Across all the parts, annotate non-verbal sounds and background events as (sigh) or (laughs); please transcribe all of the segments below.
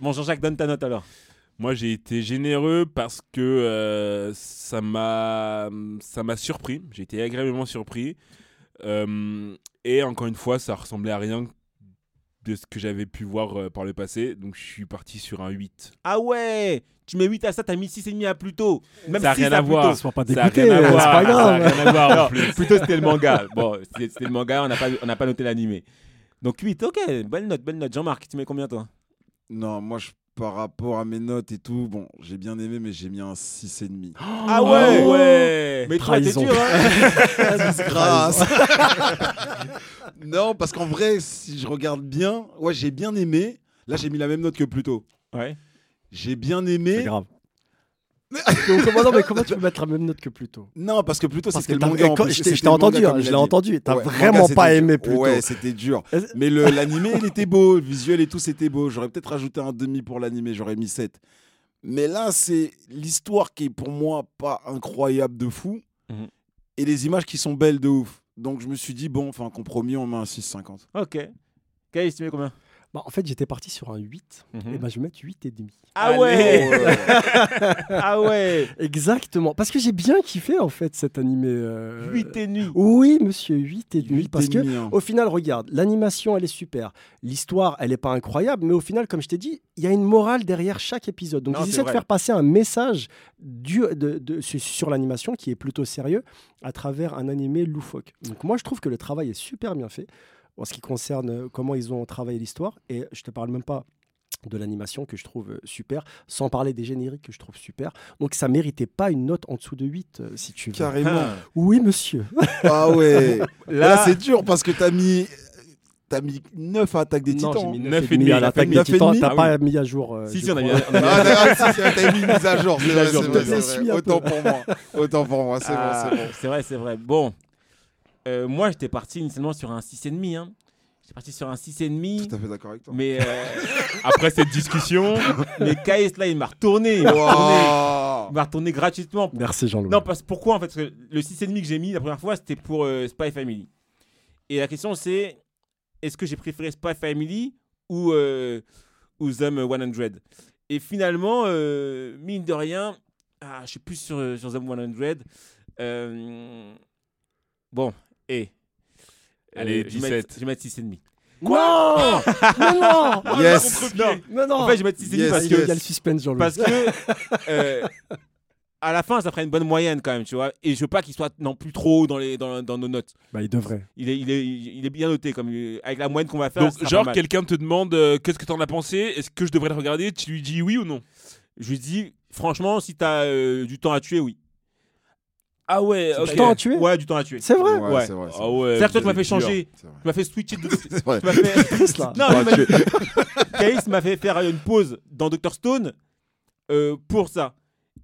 Bon, Jean-Jacques, donne ta note alors. Moi, j'ai été généreux parce que euh, ça m'a ça m'a surpris. J'ai été agréablement surpris. Euh, et encore une fois, ça ressemblait à rien de ce que j'avais pu voir euh, par le passé. Donc, je suis parti sur un 8. Ah ouais Tu mets 8 à ça, t'as mis 6,5 à Pluto. Même Ça a six rien à Pluto. voir. Ils se font pas Ça a dégoûter, rien à euh, c'est voir. pas Ça a grave. rien à voir en Non, plus. Plutôt, c'était le manga. Bon, c'était c'était le manga, on n'a pas, on n'a pas noté l'animé. Donc 8, ok, belle note, belle note. Jean-Marc, tu mets combien toi Non, moi, je, par rapport à mes notes et tout, bon, j'ai bien aimé, mais j'ai mis un 6,5. Ah Oh, ouais. Mais toi, t'es Trahison. dur, hein (laughs) Grâce Ah, (laughs) Non, parce qu'en vrai, si je regarde bien, ouais, j'ai bien aimé. Là, j'ai mis la même note que plus tôt. Ouais. J'ai bien C'est aimé. grave. Donc, comment, non, mais comment tu peux mettre la même note que plus tôt Non, parce que plutôt, Parce c'était que le t'as- manga. en quand- plus, je c'était t'ai- je t'ai le manga, entendu, comme hein, il je a l'ai dit. entendu. T'as Ouais, manga, vraiment pas c'était aimé Euh, dur. plus tôt. Ouais, c'était dur. Est-ce- Mais le- l'animé, il était beau, le visuel et tout, c'était beau. J'aurais peut-être rajouté un demi pour l'animé, j'aurais mis 7. Mais là, c'est l'histoire qui est pour moi pas incroyable de fou Mhm. et les images qui sont belles de ouf. Donc je me suis dit, bon, enfin, compromis, on met un 6,50. Ok. Caïs, tu mets combien Bah, en fait, j'étais parti sur un 8. Et Mhm. bah, je vais mettre 8 et demi. Ah ouais (laughs) Ah ouais Exactement. Parce que j'ai bien kiffé, en fait, cet animé. euh, 8 et demi. Oui, monsieur, 8 et demi. Huit Parce et que, Oh, demi, hein. au final, regarde, l'animation, elle est super. L'histoire, elle est pas incroyable. Mais au final, comme je t'ai dit, il y a une morale derrière chaque épisode. Donc, Non, c'est j'essaie de vrai. faire passer un message du, de, de- su- sur l'animation qui est plutôt sérieux à travers un animé loufoque. Donc, moi, je trouve que le travail est super bien fait en ce qui concerne euh, comment ils ont travaillé l'histoire. Et je te parle même pas de l'animation que je trouve euh, super, sans parler des génériques que je trouve super. Donc ça méritait pas une note en dessous de 8, euh, si tu veux. Carrément. Oui, monsieur. Ah ouais. Là, Là- c'est dur parce que t'as mis, t'as mis 9 à Attaque des Non, j'ai Titans. hein. mis Neuf 9 et demi, à neuf l'attaque et des demi. titans. Ah T'as oui. pas mis à jour. euh, Si, je si, on a crois. bien. on a bien- Ah, d'accord, si, si, t'as mis une mise à jour. c'est Mise vrai, à jour, c'est mise à vrai, jour. c'est Je suis vrai. un Autant peu. pour moi. Autant pour moi, c'est Ah, bon, c'est bon. c'est vrai, c'est vrai. Bon, Euh, moi j'étais parti initialement sur un 6,5. Hein. J'étais parti sur un 6,5. Tout à fait d'accord (laughs) avec toi. Mais, euh, Après cette (laughs) discussion, mais KS là il m'a retourné. Il m'a retourné, Waouh. il m'a retourné gratuitement. Merci Jean-Louis. Non, parce pourquoi en fait Parce que le 6,5 que j'ai mis la première fois c'était pour euh, Spy Family. Et la question c'est est-ce que j'ai préféré Spy Family ou, euh, ou Zum 100 Et finalement, euh, mine de rien, ah, je suis plus sur, euh, sur Zum 100. Euh, bon, et. euh, Allez, je vais mettre- 17. Je vais mettre 6,5. Non (laughs) Mais non Yes. Non, Mais non en fait, je vais mettre 6,5 Yes, parce Il que y a- yes. il y a le suspense, Jean-Louis. parce que euh, à la fin ça ferait une bonne moyenne quand même tu vois et je veux pas qu'il soit non plus trop haut dans les dans, dans nos notes Bah, il devrait. il est, il est il est bien noté comme euh, avec la moyenne qu'on va faire ça donc sera pas genre mal. quelqu'un te demande euh, qu'est-ce que t'en as pensé, est-ce que je devrais le regarder, tu lui dis oui ou non. je lui dis franchement si t'as euh, du temps à tuer oui ah ouais Du ok. temps à tuer ouais du temps à tuer C'est vrai Ouais. c'est vrai. c'est Ah vrai. ouais. c'est à dire que toi, tu vous m'as êtes fait dur. changer C'est vrai. tu m'as fait switcher de... tu C'est vrai. Bah, m'as (laughs) fait Triste, là. non Ah, il m'a- tu- (laughs) Caïs m'a fait faire une pause dans Doctor Stone euh, pour ça.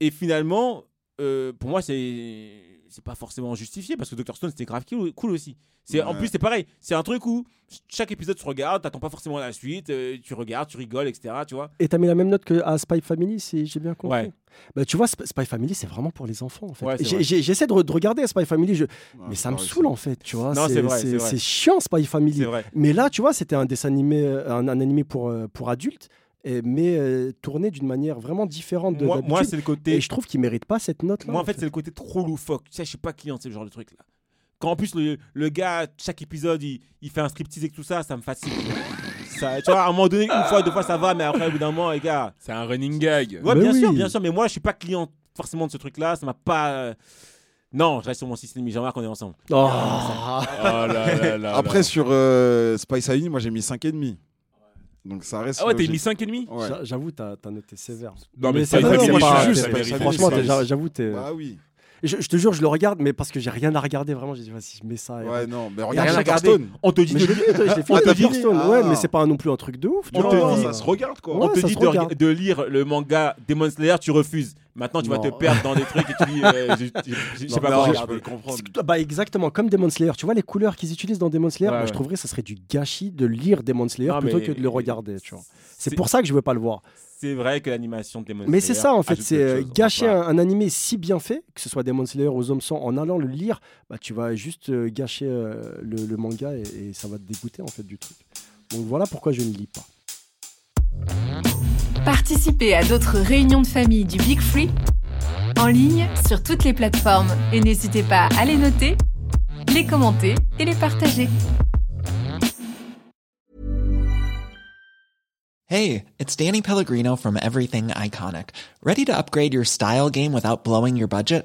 Et finalement, euh, pour moi, c'est c'est pas forcément justifié parce que Doctor Stone c'était grave cool cool aussi. C'est en Ouais. plus c'est pareil, c'est un truc où ch- chaque épisode tu regardes, t'attends pas forcément la suite, euh, tu regardes, tu rigoles, etc. Tu vois. Et t'as mis la même note que à Spy Family, si j'ai bien compris. Ouais. Bah, tu vois, Sp- Spy Family, c'est vraiment pour les enfants, en fait. Ouais, c'est J'ai- vrai. Ah, j'ai- J'essaie de, re- de regarder Spy Family, je- mais Ouais, ça me c'est vrai, saoule, en fait, tu vois. Non, c'est vrai, c'est vrai. C'est chiant, Spy Family. C'est vrai. Mais là, tu vois, c'était un dessin animé, euh, un, un animé pour, euh, pour adultes, et- mais euh, tourné d'une manière vraiment différente de Moi, moi, d'habitude. c'est le côté Et je trouve qu'il mérite pas cette note-là. Moi, en fait, c'est le côté trop loufoque. Tu sais, je suis pas client de ce genre de truc là. Quand en plus le, le gars, chaque épisode, il, il fait un striptease et tout ça, ça me fascine. (laughs) ça, tu vois, à un moment donné, une fois, deux fois, ça va, mais après, au bout d'un moment, les gars. C'est un running gag. Ouais, euh, Mais bien oui. sûr, bien sûr, mais moi, je suis pas client forcément de ce truc là. Ça m'a pas. euh, Non, je reste sur mon système. Jean-Marc, on est ensemble. Oh. Oh là là là là. Après, sur euh, Spice Avenue, moi j'ai mis 5,5. Donc ça reste. Ah ouais, t'as logique. mis 5,5 Ouais. J'a- J'avoue, t'as t'as noté sévère. Non, mais c'est Spy pas- vrai, non, Family, moi, je moi, c'est suis je- juste, la c'est vérité. pas- Franchement, c'est- t'es- j'a- j'avoue, t'es. euh, Bah oui. Je, je te jure, je le regarde, mais parce que j'ai rien à regarder vraiment. J'ai dit, vas-y, je mets ça. et- Ouais, non, mais ah, rien regarde à Jennifer regarder. Stone. On te dit Mais de je l'ai fait, je l'ai fait, Ah, t'as Jennifer fini Stone, Ah. ouais, mais c'est pas un- non plus un truc de ouf. tu On Non, vois. te non, dit- ça se regarde quoi. Ouais, on te ça dit se de, regarde. rega- de lire le manga Demon Slayer, tu refuses. Maintenant, tu vas Non. te perdre dans des trucs et tu dis, euh, je- je- je je sais Non, pas non, quoi je peux regarder. le comprendre. C'est- Bah exactement, comme Demon Slayer. Tu vois les couleurs qu'ils utilisent dans Demon Slayer, Ouais, moi, je ouais. trouverais que ça serait du gâchis de lire Demon Slayer Non, plutôt mais- que de le regarder. Tu vois. C'est pour ça que je veux pas le voir. C'est vrai que l'animation de Demon Mais c'est Slayer ça en fait, ajoute c'est quelque euh, chose. On va gâcher pas- un, un animé si bien fait, que ce soit Demon Slayer aux hommes sans, en allant le lire, bah tu vas juste euh, gâcher euh, le, le manga et, et ça va te dégoûter en fait du truc. Donc voilà pourquoi je ne lis pas. Participez à d'autres réunions de famille du Big Free en ligne sur toutes les plateformes et n'hésitez pas à les noter, les commenter et les partager. Hey, it's Danny Pellegrino from Everything Iconic. Ready to upgrade your style game without blowing your budget?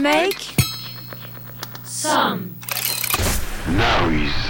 Make Now he's